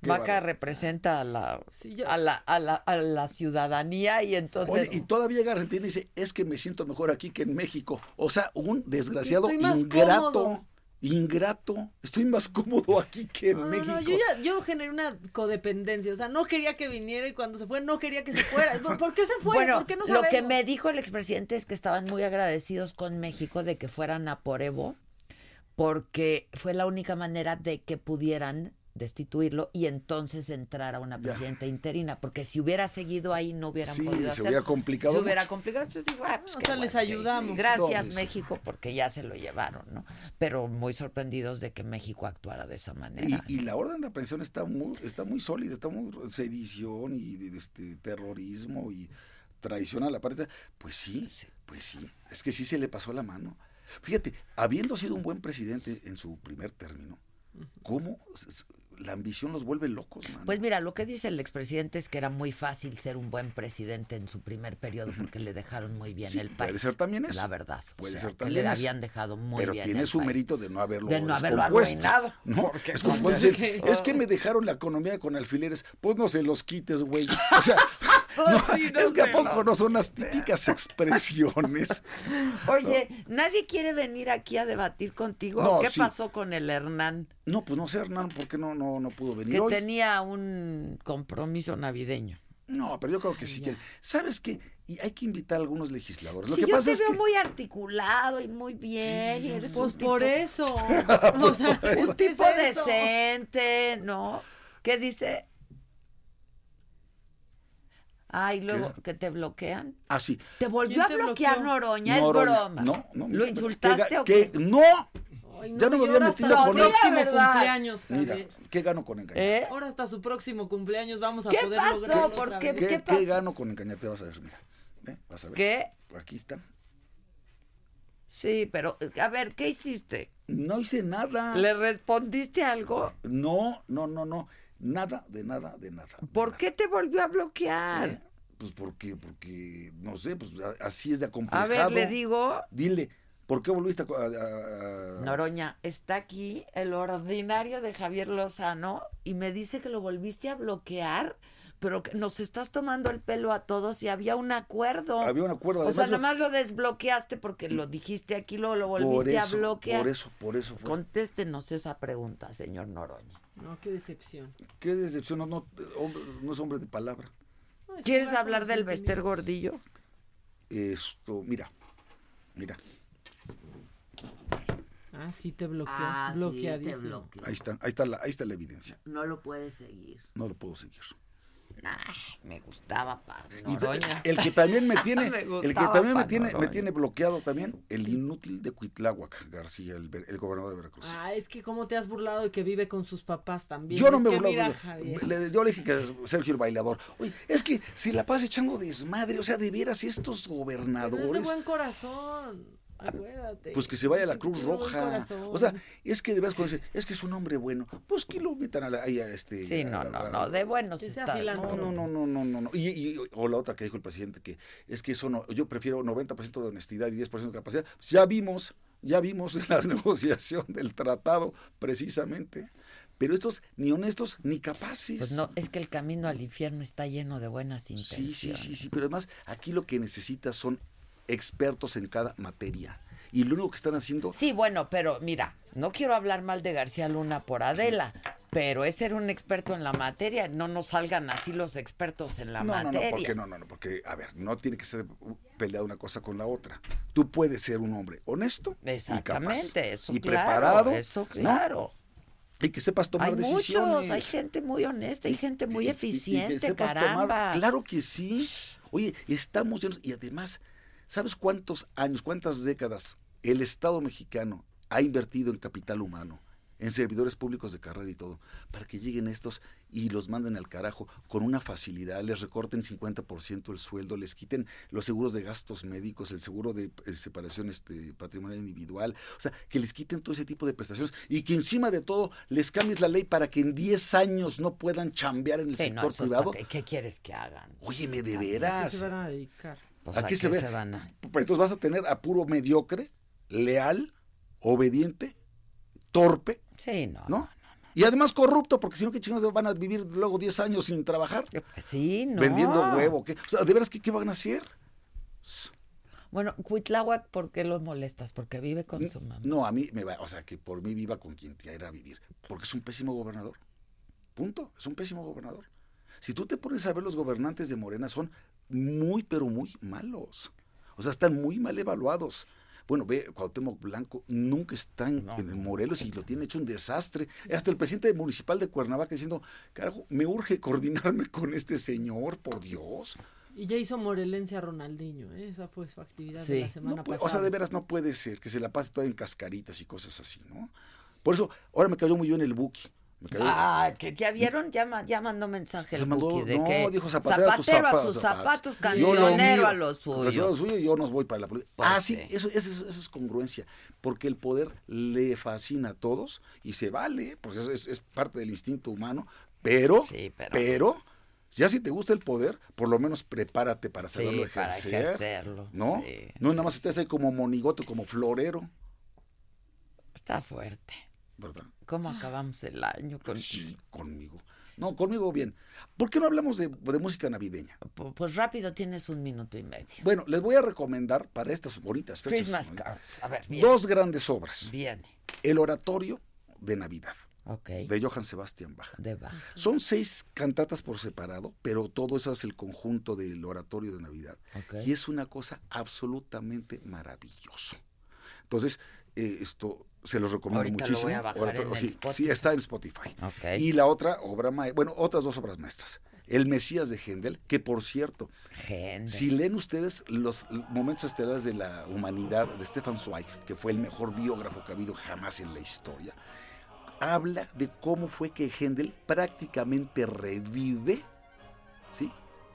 Speaker 2: Qué
Speaker 1: Maca
Speaker 2: bárbaro.
Speaker 1: representa a la,
Speaker 4: Sí, yo-
Speaker 1: a, la, a, la, a la ciudadanía y
Speaker 4: Pues
Speaker 1: entonces...
Speaker 2: Oye, y todavía llega Argentina y dice, es que me siento mejor aquí que en México. O sea, un desgraciado
Speaker 4: Estoy más
Speaker 2: ingrato.
Speaker 4: cómodo.
Speaker 2: ingrato, estoy más cómodo aquí que en
Speaker 4: No, no,
Speaker 2: México.
Speaker 4: No, yo, ya, yo generé una codependencia, o sea, no quería que viniera y cuando se fue no quería que se fuera. ¿Por, por qué se fue?
Speaker 1: Bueno,
Speaker 4: Pues, ¿Por qué no
Speaker 1: lo que
Speaker 4: sabemos?
Speaker 1: me dijo el expresidente es que estaban muy agradecidos con México de que fueran a por Evo, porque fue la única manera de que pudieran destituirlo y entonces entrar a una
Speaker 2: Ya.
Speaker 1: presidenta interina, porque si hubiera seguido ahí no hubieran
Speaker 2: Sí,
Speaker 1: podido
Speaker 2: se
Speaker 1: hacer.
Speaker 2: hubiera complicado
Speaker 1: Se hubiera
Speaker 2: mucho.
Speaker 1: complicado. Entonces digo, ah, pues
Speaker 4: O
Speaker 1: qué
Speaker 4: sea,
Speaker 1: bueno
Speaker 4: les
Speaker 1: que-
Speaker 4: ayudamos.
Speaker 1: Gracias
Speaker 2: Entonces.
Speaker 1: México, porque ya se lo llevaron, ¿no? Pero muy sorprendidos de que México actuara de esa
Speaker 2: Y,
Speaker 1: manera.
Speaker 2: y la orden de aprehensión está muy, está muy sólida, está muy sedición y de- de este terrorismo y traición a la parte. Pues sí, pues sí, es que sí se le pasó la mano. Fíjate, habiendo sido un buen presidente en su primer término, ¿cómo s- s- la ambición los vuelve locos, mano?
Speaker 1: Pues mira, lo que dice el expresidente es que era muy fácil ser un buen presidente en su primer periodo porque le dejaron muy bien
Speaker 2: Sí,
Speaker 1: el país.
Speaker 2: puede ser también eso.
Speaker 1: La verdad. o
Speaker 2: Puede
Speaker 1: sea,
Speaker 2: ser
Speaker 1: que
Speaker 2: también
Speaker 1: le
Speaker 2: eso.
Speaker 1: habían dejado muy
Speaker 2: Pero
Speaker 1: bien.
Speaker 2: tiene
Speaker 1: el
Speaker 2: su
Speaker 1: país.
Speaker 2: mérito de no haberlo
Speaker 1: De no haberlo
Speaker 2: descompuesto,
Speaker 1: arruinado.
Speaker 2: ¿no? Es como pueden decir, es que me dejaron la economía con alfileres, pues no se los quites, güey. O sea, no,
Speaker 1: Ay, no
Speaker 2: es que a
Speaker 1: se
Speaker 2: poco
Speaker 1: los-
Speaker 2: no son las típicas expresiones.
Speaker 1: Oye, nadie quiere venir aquí a debatir contigo.
Speaker 2: No,
Speaker 1: ¿Qué
Speaker 2: sí.
Speaker 1: pasó con el Hernán?
Speaker 2: No, pues no sé, Hernán, ¿por qué no, no, no pudo venir
Speaker 1: Que
Speaker 2: hoy?
Speaker 1: tenía un compromiso navideño.
Speaker 2: No, pero yo creo que sí quiere. ¿Sabes qué? Y hay que invitar a algunos legisladores. Pues Lo
Speaker 1: Sí,
Speaker 2: que
Speaker 1: yo
Speaker 2: pasa
Speaker 1: te
Speaker 2: es
Speaker 1: veo
Speaker 2: que...
Speaker 1: muy articulado y muy bien. y eres
Speaker 4: Pues
Speaker 1: un
Speaker 4: por
Speaker 1: tipo-
Speaker 4: eso. O sea,
Speaker 1: Un
Speaker 4: ¿qué es
Speaker 1: Pues tipo
Speaker 4: eso?
Speaker 1: decente, ¿no? ¿Qué dice? Ay, luego que te bloquean.
Speaker 2: Ah, sí.
Speaker 1: Te volvió a
Speaker 4: ¿Quién te
Speaker 1: bloquear
Speaker 4: bloqueó?
Speaker 1: Noroña, es
Speaker 2: Noroña.
Speaker 1: broma.
Speaker 2: No, no.
Speaker 1: ¿Lo
Speaker 2: mira,
Speaker 1: insultaste
Speaker 2: que-
Speaker 1: o qué?
Speaker 2: que- ¡No!
Speaker 4: Ay,
Speaker 2: Ya no me
Speaker 4: y
Speaker 2: había
Speaker 4: ahora
Speaker 2: metido
Speaker 4: hasta su
Speaker 2: con él.
Speaker 4: próximo
Speaker 1: Di la verdad.
Speaker 4: cumpleaños,
Speaker 2: Mira,
Speaker 4: Javier.
Speaker 2: ¿qué gano con engañar?
Speaker 1: ¿Eh?
Speaker 4: Ahora hasta su próximo cumpleaños vamos a
Speaker 1: ¿Qué
Speaker 4: poder
Speaker 1: pasó?
Speaker 4: lograrlo
Speaker 1: ¿Por
Speaker 4: otra
Speaker 1: qué?
Speaker 4: vez.
Speaker 2: ¿Qué, qué
Speaker 1: pasa?
Speaker 2: gano con engañarte? Vas a ver, mira. Ve, Vas a ver.
Speaker 1: ¿Qué?
Speaker 2: Aquí está.
Speaker 1: Sí, pero a ver, ¿qué hiciste?
Speaker 2: No hice nada.
Speaker 1: ¿Le respondiste algo?
Speaker 2: No, no, no, no. Nada, de nada, de nada. de
Speaker 1: ¿Por
Speaker 2: nada.
Speaker 1: qué te volvió a
Speaker 2: ¿Eh?
Speaker 1: bloquear?
Speaker 2: Pues porque, porque, no sé, pues a- así es de
Speaker 1: A
Speaker 2: acomplejado.
Speaker 1: ver, le digo,
Speaker 2: Dile, ¿por qué volviste a... co- a- a- a-
Speaker 1: Noroña, está aquí el ordinario de Javier Lozano y me dice que lo volviste a bloquear, pero que nos estás tomando el pelo a todos y había un acuerdo.
Speaker 2: Había un acuerdo.
Speaker 1: O sea,
Speaker 2: además,
Speaker 1: nomás lo desbloqueaste porque lo dijiste aquí, luego lo
Speaker 2: por
Speaker 1: volviste
Speaker 2: eso,
Speaker 1: a bloquear.
Speaker 2: Por eso, por eso fue.
Speaker 1: Contéstenos esa pregunta, señor Noroña.
Speaker 4: No, qué decepción.
Speaker 2: Qué decepción, no, no, hombre- no es hombre de palabra.
Speaker 4: No, es
Speaker 1: ¿Quieres
Speaker 4: jugar con
Speaker 1: hablar
Speaker 4: los
Speaker 1: del Bester
Speaker 4: sentimientos.
Speaker 1: Gordillo?
Speaker 2: Esto, mira, mira,
Speaker 4: Ah, sí te bloqueó. bloqueadísimo.
Speaker 2: ahí está, ahí está la, ahí está la evidencia.
Speaker 1: No lo puedes seguir.
Speaker 2: No lo puedo seguir.
Speaker 1: me gustaba, padre.
Speaker 2: Y ta- eh,
Speaker 1: Noroña.
Speaker 2: el que también me tiene,
Speaker 1: Me
Speaker 2: el que
Speaker 1: gustaba
Speaker 2: también me
Speaker 1: Pan
Speaker 2: tiene, me
Speaker 1: Noroña.
Speaker 2: tiene bloqueado también el inútil de Cuitláhuac, García, el, ver- el gobernador de Veracruz.
Speaker 4: Ah, es que cómo te has burlado de que vive con sus papás también.
Speaker 2: Yo no
Speaker 4: Es
Speaker 2: me
Speaker 4: que
Speaker 2: burlaba.
Speaker 4: mira,
Speaker 2: yo-
Speaker 4: Javier.
Speaker 2: le- yo le dije que Sergio el bailador. Oye, es que se la pasa echando desmadre. O sea, de veras estos
Speaker 4: Pero es de
Speaker 2: gobernadores.
Speaker 4: buen corazón. Acuérdate.
Speaker 2: Pues que se vaya a la
Speaker 4: Que
Speaker 2: Cruz
Speaker 4: tiene buen
Speaker 2: Roja.
Speaker 4: corazón.
Speaker 2: O sea, es que de veras cuando dicen, es que es un hombre bueno. Pues que lo metan a, la, ahí a este.
Speaker 1: Sí,
Speaker 2: a-
Speaker 1: no,
Speaker 2: a-
Speaker 1: no,
Speaker 2: a-
Speaker 1: no, de buenos
Speaker 4: Que sea
Speaker 1: está.
Speaker 4: filántropo.
Speaker 2: No, no, no, no, no, no, no. Y, y- o la otra que dijo el presidente que es que eso no, yo prefiero 90% de honestidad y 10% de capacidad. Pues ya vimos, ya vimos en la negociación del tratado precisamente. Pero estos ni honestos ni capaces.
Speaker 1: Pues no, es que el camino al infierno está lleno de buenas
Speaker 2: Sí,
Speaker 1: intenciones.
Speaker 2: sí, sí, sí, pero además aquí lo que necesitas son expertos en cada materia. Y lo único que están haciendo,
Speaker 1: Sí, bueno, pero mira, no quiero hablar mal de García Luna por Adela, pero ese era un experto en la materia. No nos salgan así los expertos en la
Speaker 2: no, no,
Speaker 1: materia.
Speaker 2: no, porque no, no, no, porque a ver, no tiene que ser peleada una cosa con la otra. Tú puedes ser un hombre honesto y capaz
Speaker 1: Exactamente, eso
Speaker 2: y
Speaker 1: claro,
Speaker 2: preparado,
Speaker 1: Eso
Speaker 2: ¿no?
Speaker 1: claro.
Speaker 2: y que sepas tomar
Speaker 1: hay
Speaker 2: decisiones.
Speaker 1: muchos, hay gente muy honesta, hay gente
Speaker 2: Y- y- y- y
Speaker 1: muy
Speaker 2: que
Speaker 1: eficiente,
Speaker 2: sepas tomar-
Speaker 1: caramba.
Speaker 2: Claro que sí. Oye, estamos llenos. Y además, ¿sabes cuántos años, cuántas décadas el Estado mexicano ha invertido en capital humano? En servidores públicos de carrera y todo, para que lleguen estos y los manden al carajo con una facilidad, les recorten 50% el sueldo, les quiten los seguros de gastos médicos, el seguro de eh, separación este, patrimonial individual, o sea, que les quiten todo ese tipo de prestaciones y que encima de todo les cambies la ley para que en 10 años no puedan chambear en el
Speaker 1: Sí, no,
Speaker 2: sector
Speaker 1: eso está-
Speaker 2: privado.
Speaker 1: ¿qué, qué quieres que hagan?
Speaker 2: Óyeme, de
Speaker 4: ¿A qué
Speaker 2: veras.
Speaker 4: se van a dedicar?
Speaker 1: Pues,
Speaker 2: ¿A
Speaker 1: ¿a
Speaker 2: qué se
Speaker 1: qué
Speaker 2: ve?
Speaker 1: se van a-
Speaker 2: Pues Entonces vas a tener a puro mediocre, leal, obediente, torpe,
Speaker 1: Sí, no.
Speaker 2: ¿no? Y además corrupto, porque si no, ¿qué chingados van a vivir luego 10 años sin trabajar?
Speaker 1: pues, Sí, no.
Speaker 2: Vendiendo huevo. ¿qué? O sea, ¿de veras qué, qué van a hacer?
Speaker 1: Bueno, Cuitláhuac, ¿por qué lo molestas? Porque vive con su mamá.
Speaker 2: No, a mí me va, o sea, que por mí viva con quien quiera vivir, porque es un pésimo gobernador. Punto, es un pésimo gobernador. Si tú te pones a ver, los gobernantes de Morena son muy, pero muy malos. O sea, están muy mal evaluados. Bueno, ve, Cuauhtémoc Blanco nunca está en, en Morelos y lo tiene hecho un desastre. Hasta el presidente municipal de Cuernavaca diciendo, carajo, me urge coordinarme con este señor, por Dios.
Speaker 4: Y ya hizo morelense a Ronaldinho, ¿eh? esa fue su actividad
Speaker 1: Sí.
Speaker 4: de la semana
Speaker 2: No puede-
Speaker 4: pasada.
Speaker 2: O sea, de veras no puede ser que se la pase toda en cascaritas y cosas así, ¿no? Por eso, ahora me cayó muy bien el Buki. Me cayó-
Speaker 1: Ah, que ya vieron, ya, ma- ya mandó mensaje el
Speaker 2: Le mandó-
Speaker 1: Buki de
Speaker 2: no,
Speaker 1: que
Speaker 2: dijo zapatero, a tus
Speaker 1: zapatero a
Speaker 2: zapatos,
Speaker 1: sus zapatos,
Speaker 2: Yo lo
Speaker 1: cancionero
Speaker 2: mío,
Speaker 1: a lo
Speaker 2: cancionero a
Speaker 1: suyo.
Speaker 2: lo suyo, yo no voy para la política.
Speaker 1: Pues
Speaker 2: ah, sí,
Speaker 1: sí.
Speaker 2: Eso, eso, eso- eso es congruencia, porque el poder le fascina a todos y se vale, pues eso es, es parte del instinto humano, pero,
Speaker 1: Sí, pero-
Speaker 2: pero, ya si te gusta el poder, por lo menos prepárate para
Speaker 1: Sí,
Speaker 2: saberlo
Speaker 1: para
Speaker 2: ejercer.
Speaker 1: ejercerlo,
Speaker 2: ¿eh? ¿No?
Speaker 1: sí,
Speaker 2: no, nada más estás ahí como monigote, como florero,
Speaker 1: Está fuerte.
Speaker 2: ¿verdad?
Speaker 1: ¿Cómo acabamos el año con
Speaker 2: Sí, conmigo. No, conmigo bien. ¿Por qué no hablamos de, de música navideña?
Speaker 1: P- Pues rápido tienes un minuto y medio.
Speaker 2: Bueno, les voy a recomendar para estas bonitas fechas
Speaker 1: Christmas
Speaker 2: ¿no?
Speaker 1: Cards. A ver, viene.
Speaker 2: dos grandes obras.
Speaker 1: Viene.
Speaker 2: El oratorio de Navidad,
Speaker 1: Ok.
Speaker 2: de Johann Sebastian Bach.
Speaker 1: De baja.
Speaker 2: Son seis cantatas por separado, pero todo eso es el conjunto del oratorio de Navidad.
Speaker 1: Ok.
Speaker 2: Y es una cosa absolutamente maravillosa. Entonces, eh, esto se los recomiendo
Speaker 1: Ahorita lo
Speaker 2: muchísimo.
Speaker 1: voy a bajar en el
Speaker 2: sí,
Speaker 1: Spotify.
Speaker 2: sí, está en Spotify.
Speaker 1: Ok.
Speaker 2: Y la otra obra maestra, bueno, otras dos obras maestras. El Mesías de Händel, que por cierto,
Speaker 1: Gente.
Speaker 2: si leen ustedes los momentos estelares de la humanidad de Stefan Zweig, que fue el mejor biógrafo que ha habido jamás en la historia, habla de cómo fue que Händel prácticamente revive, ¿sí?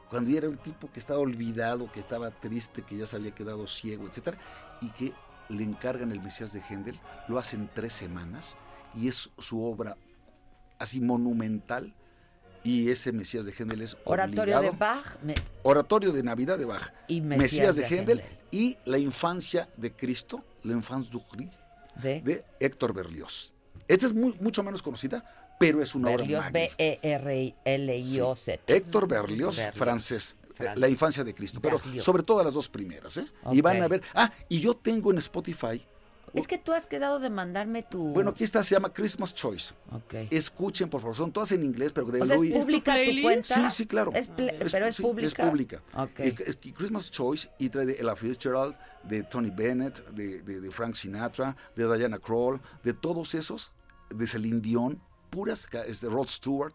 Speaker 2: Cuando ya era un tipo que estaba olvidado, que estaba triste, que ya se había quedado ciego, etcétera, y que le encargan el Mesías de Händel, lo hacen tres semanas y es su obra así monumental y ese Mesías de Händel es
Speaker 1: Oratorio de
Speaker 2: obligado-
Speaker 1: Bach. me-
Speaker 2: Oratorio de Navidad de Bach,
Speaker 1: Y Mesías
Speaker 2: Mesías,
Speaker 1: de
Speaker 2: de Händel
Speaker 1: Händel.
Speaker 2: y La Infancia de Cristo, La Enfance du Christ,
Speaker 1: de,
Speaker 2: de Héctor Berlioz. Esta es muy- mucho menos conocida, pero es una
Speaker 1: Berlioz,
Speaker 2: obra magnífica.
Speaker 1: B-E-R-L-I-O-Z.
Speaker 2: Héctor Berlioz,
Speaker 1: Berlioz.
Speaker 2: francés, eh,
Speaker 1: Francés.
Speaker 2: La Infancia de Cristo, pero
Speaker 1: Berlioz.
Speaker 2: sobre todo las dos primeras, ¿eh?
Speaker 1: Ok.
Speaker 2: Y van a ver, ah, y yo tengo en Spotify,
Speaker 1: Es que tú has quedado de mandarme tu.
Speaker 2: bueno, aquí está, se llama Christmas Choice.
Speaker 1: Ok.
Speaker 2: Escuchen, por favor, son todas en inglés, pero de
Speaker 1: o sea, ¿es
Speaker 2: Louis-
Speaker 1: pública tu,
Speaker 4: playlist?
Speaker 1: cuenta?
Speaker 2: Sí, sí, claro.
Speaker 1: Es pl- pero es
Speaker 2: sí,
Speaker 1: pública.
Speaker 2: Es pública.
Speaker 1: Ok.
Speaker 2: Y que- es que Christmas Choice y trae de Ella Fitzgerald, de Tony Bennett, de, de- de Frank Sinatra, de Diana Kroll, de todos esos, de Celine Dion, puras, ca- es de Rod Stewart,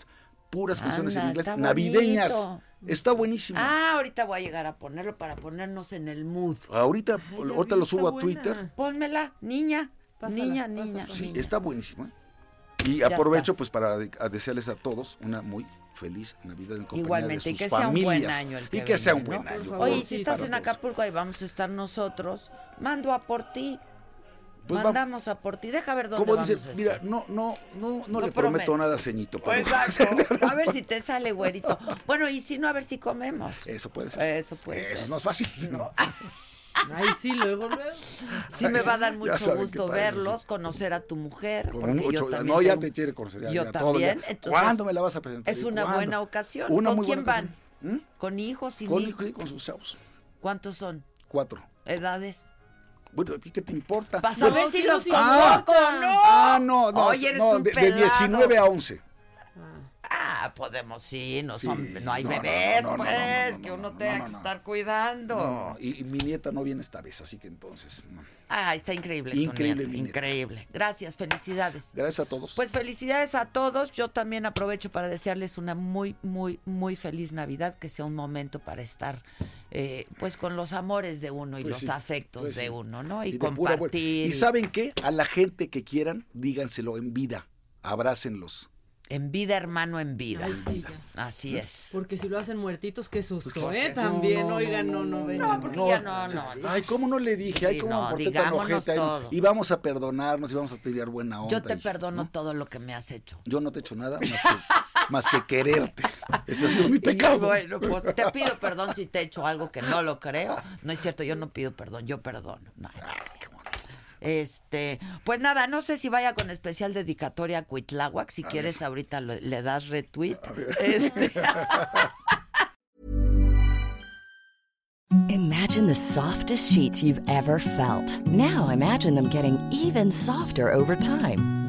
Speaker 2: puras canciones en
Speaker 1: Anda,
Speaker 2: inglés,
Speaker 1: está
Speaker 2: navideñas.
Speaker 1: bonito.
Speaker 2: Está buenísimo.
Speaker 1: Ah, ahorita voy a llegar a ponerlo para ponernos en el mood.
Speaker 2: Ahorita,
Speaker 4: Ay, ya
Speaker 2: ahorita
Speaker 4: vi,
Speaker 2: lo
Speaker 4: está
Speaker 2: subo a
Speaker 4: buena.
Speaker 2: Twitter.
Speaker 1: Pónmela, niña.
Speaker 4: Pásala,
Speaker 1: niña,
Speaker 4: pásala.
Speaker 1: niña.
Speaker 4: Sí,
Speaker 2: Sí,
Speaker 1: niña.
Speaker 2: está buenísimo. ¿eh? Y
Speaker 1: Ya
Speaker 2: aprovecho
Speaker 1: estás.
Speaker 2: pues para de- a desearles a todos una muy feliz Navidad en compañía de
Speaker 1: Igualmente,
Speaker 2: sus
Speaker 1: y que sea un
Speaker 2: familias.
Speaker 1: buen año el que
Speaker 2: y que sea un
Speaker 1: venga,
Speaker 2: buen
Speaker 1: ¿no?
Speaker 2: año.
Speaker 4: Por
Speaker 1: Oye,
Speaker 4: favor,
Speaker 1: y si
Speaker 4: sí,
Speaker 1: estás
Speaker 2: para
Speaker 1: en
Speaker 2: todos.
Speaker 1: Acapulco, ahí vamos a estar nosotros. Mando a por ti.
Speaker 2: Pues va-
Speaker 1: Mandamos a por ti. Deja ver dónde
Speaker 2: Como
Speaker 1: vamos
Speaker 2: dice,
Speaker 1: a estar.
Speaker 2: mira, no, no, no, no,
Speaker 1: No
Speaker 2: le
Speaker 1: prometo.
Speaker 2: prometo nada, ceñito. pero-
Speaker 1: Exacto. Pues, A ver si te sale, güerito. Bueno, y si no, a ver si comemos.
Speaker 2: Eso puede ser.
Speaker 1: Eso puede
Speaker 2: Eso
Speaker 1: ser. Ah,
Speaker 2: no es fácil. ¿no?
Speaker 4: Ay, sí, luego, luego.
Speaker 1: Sí me va a dar
Speaker 2: Ya
Speaker 1: mucho
Speaker 2: saben
Speaker 1: gusto
Speaker 2: que para eso
Speaker 1: verlos,
Speaker 2: sí.
Speaker 1: conocer a tu mujer.
Speaker 2: Con
Speaker 1: porque yo
Speaker 2: mucho-
Speaker 1: también
Speaker 2: no, ya
Speaker 1: tengo-
Speaker 2: te quiere conocer. ya-
Speaker 1: Yo
Speaker 2: ya todo, ya.
Speaker 1: también. entonces,
Speaker 2: ¿Cuándo me la vas a presentar?
Speaker 1: Es
Speaker 2: ¿Y
Speaker 1: una
Speaker 2: cuándo?
Speaker 1: buena ocasión.
Speaker 2: Una
Speaker 1: ¿Con
Speaker 2: muy
Speaker 1: quién
Speaker 2: buena
Speaker 1: van?
Speaker 2: ocasión. ¿Mm?
Speaker 1: ¿Con hijos? ¿Sin
Speaker 2: Con,
Speaker 1: hijos?
Speaker 2: y con sus chavos.
Speaker 1: ¿Cuántos son?
Speaker 2: Cuatro.
Speaker 1: ¿Edades?
Speaker 2: Bueno, ¿a ti qué te importa?
Speaker 1: Para
Speaker 4: No,
Speaker 1: saber si
Speaker 4: sí
Speaker 1: los
Speaker 4: los
Speaker 1: convoco
Speaker 4: importa.
Speaker 1: no.
Speaker 2: Ah, no, no.
Speaker 1: Oye, eres
Speaker 2: no,
Speaker 1: un
Speaker 2: de, de
Speaker 1: pelado.
Speaker 2: 19 a 11.
Speaker 1: Ah, podemos ir, no,
Speaker 2: Sí,
Speaker 1: son, no hay
Speaker 2: no, no,
Speaker 1: bebés,
Speaker 2: no, no, no,
Speaker 1: pues,
Speaker 2: no, no,
Speaker 1: que
Speaker 2: no,
Speaker 1: uno
Speaker 2: no,
Speaker 1: tenga
Speaker 2: no,
Speaker 1: que
Speaker 2: no.
Speaker 1: estar cuidando.
Speaker 2: No, no, y, y mi nieta no viene esta vez, así que entonces. no.
Speaker 1: Ah, está increíble.
Speaker 2: Increíble,
Speaker 1: tu nieta,
Speaker 2: mi nieta.
Speaker 1: increíble. Gracias, felicidades.
Speaker 2: Gracias a todos.
Speaker 1: Pues felicidades a todos. Yo también aprovecho para desearles una muy, muy, muy feliz Navidad, que sea un momento para estar, eh, pues, con los amores de uno y
Speaker 2: Pues
Speaker 1: los
Speaker 2: sí,
Speaker 1: afectos
Speaker 2: pues
Speaker 1: de
Speaker 2: sí.
Speaker 1: uno, ¿no? Y,
Speaker 2: de pura buena.
Speaker 1: compartir.
Speaker 2: Y saben qué? A la gente que quieran, díganselo en vida. Abrácenlos.
Speaker 1: En vida, hermano, en vida.
Speaker 4: Ay, sí, ya.
Speaker 1: Así es.
Speaker 4: Porque si lo hacen muertitos, qué susto,
Speaker 2: Porque
Speaker 4: ¿eh?
Speaker 2: no,
Speaker 4: También,
Speaker 2: no,
Speaker 4: oigan, no,
Speaker 2: no,
Speaker 4: no,
Speaker 2: no,
Speaker 4: vengan.
Speaker 1: No, porque ya no, no.
Speaker 2: Ay, ¿cómo no le dije? Ay,
Speaker 1: Sí,
Speaker 2: ¿cómo
Speaker 1: no,
Speaker 2: me porté tan
Speaker 1: digámonos
Speaker 2: ojete? Ay,
Speaker 1: todo.
Speaker 2: Y vamos a perdonarnos y vamos a tirar buena onda.
Speaker 1: Yo te
Speaker 2: y-
Speaker 1: perdono
Speaker 2: ¿no?
Speaker 1: todo lo que me has hecho.
Speaker 2: Yo no te he hecho nada más que, más que quererte. Ese ha sido mi pecado.
Speaker 1: Y bueno, pues te pido perdón si te he hecho algo que no lo creo. No es cierto, yo no pido perdón, yo perdono. No, no es cierto. Este, pues nada, no sé si vaya con especial dedicatoria a Cuitláhuac. Si quieres, ahorita lo- le das retweet. Este.
Speaker 5: Imagine Imagine the softest sheets you've ever felt. Now imagine them getting even softer over time.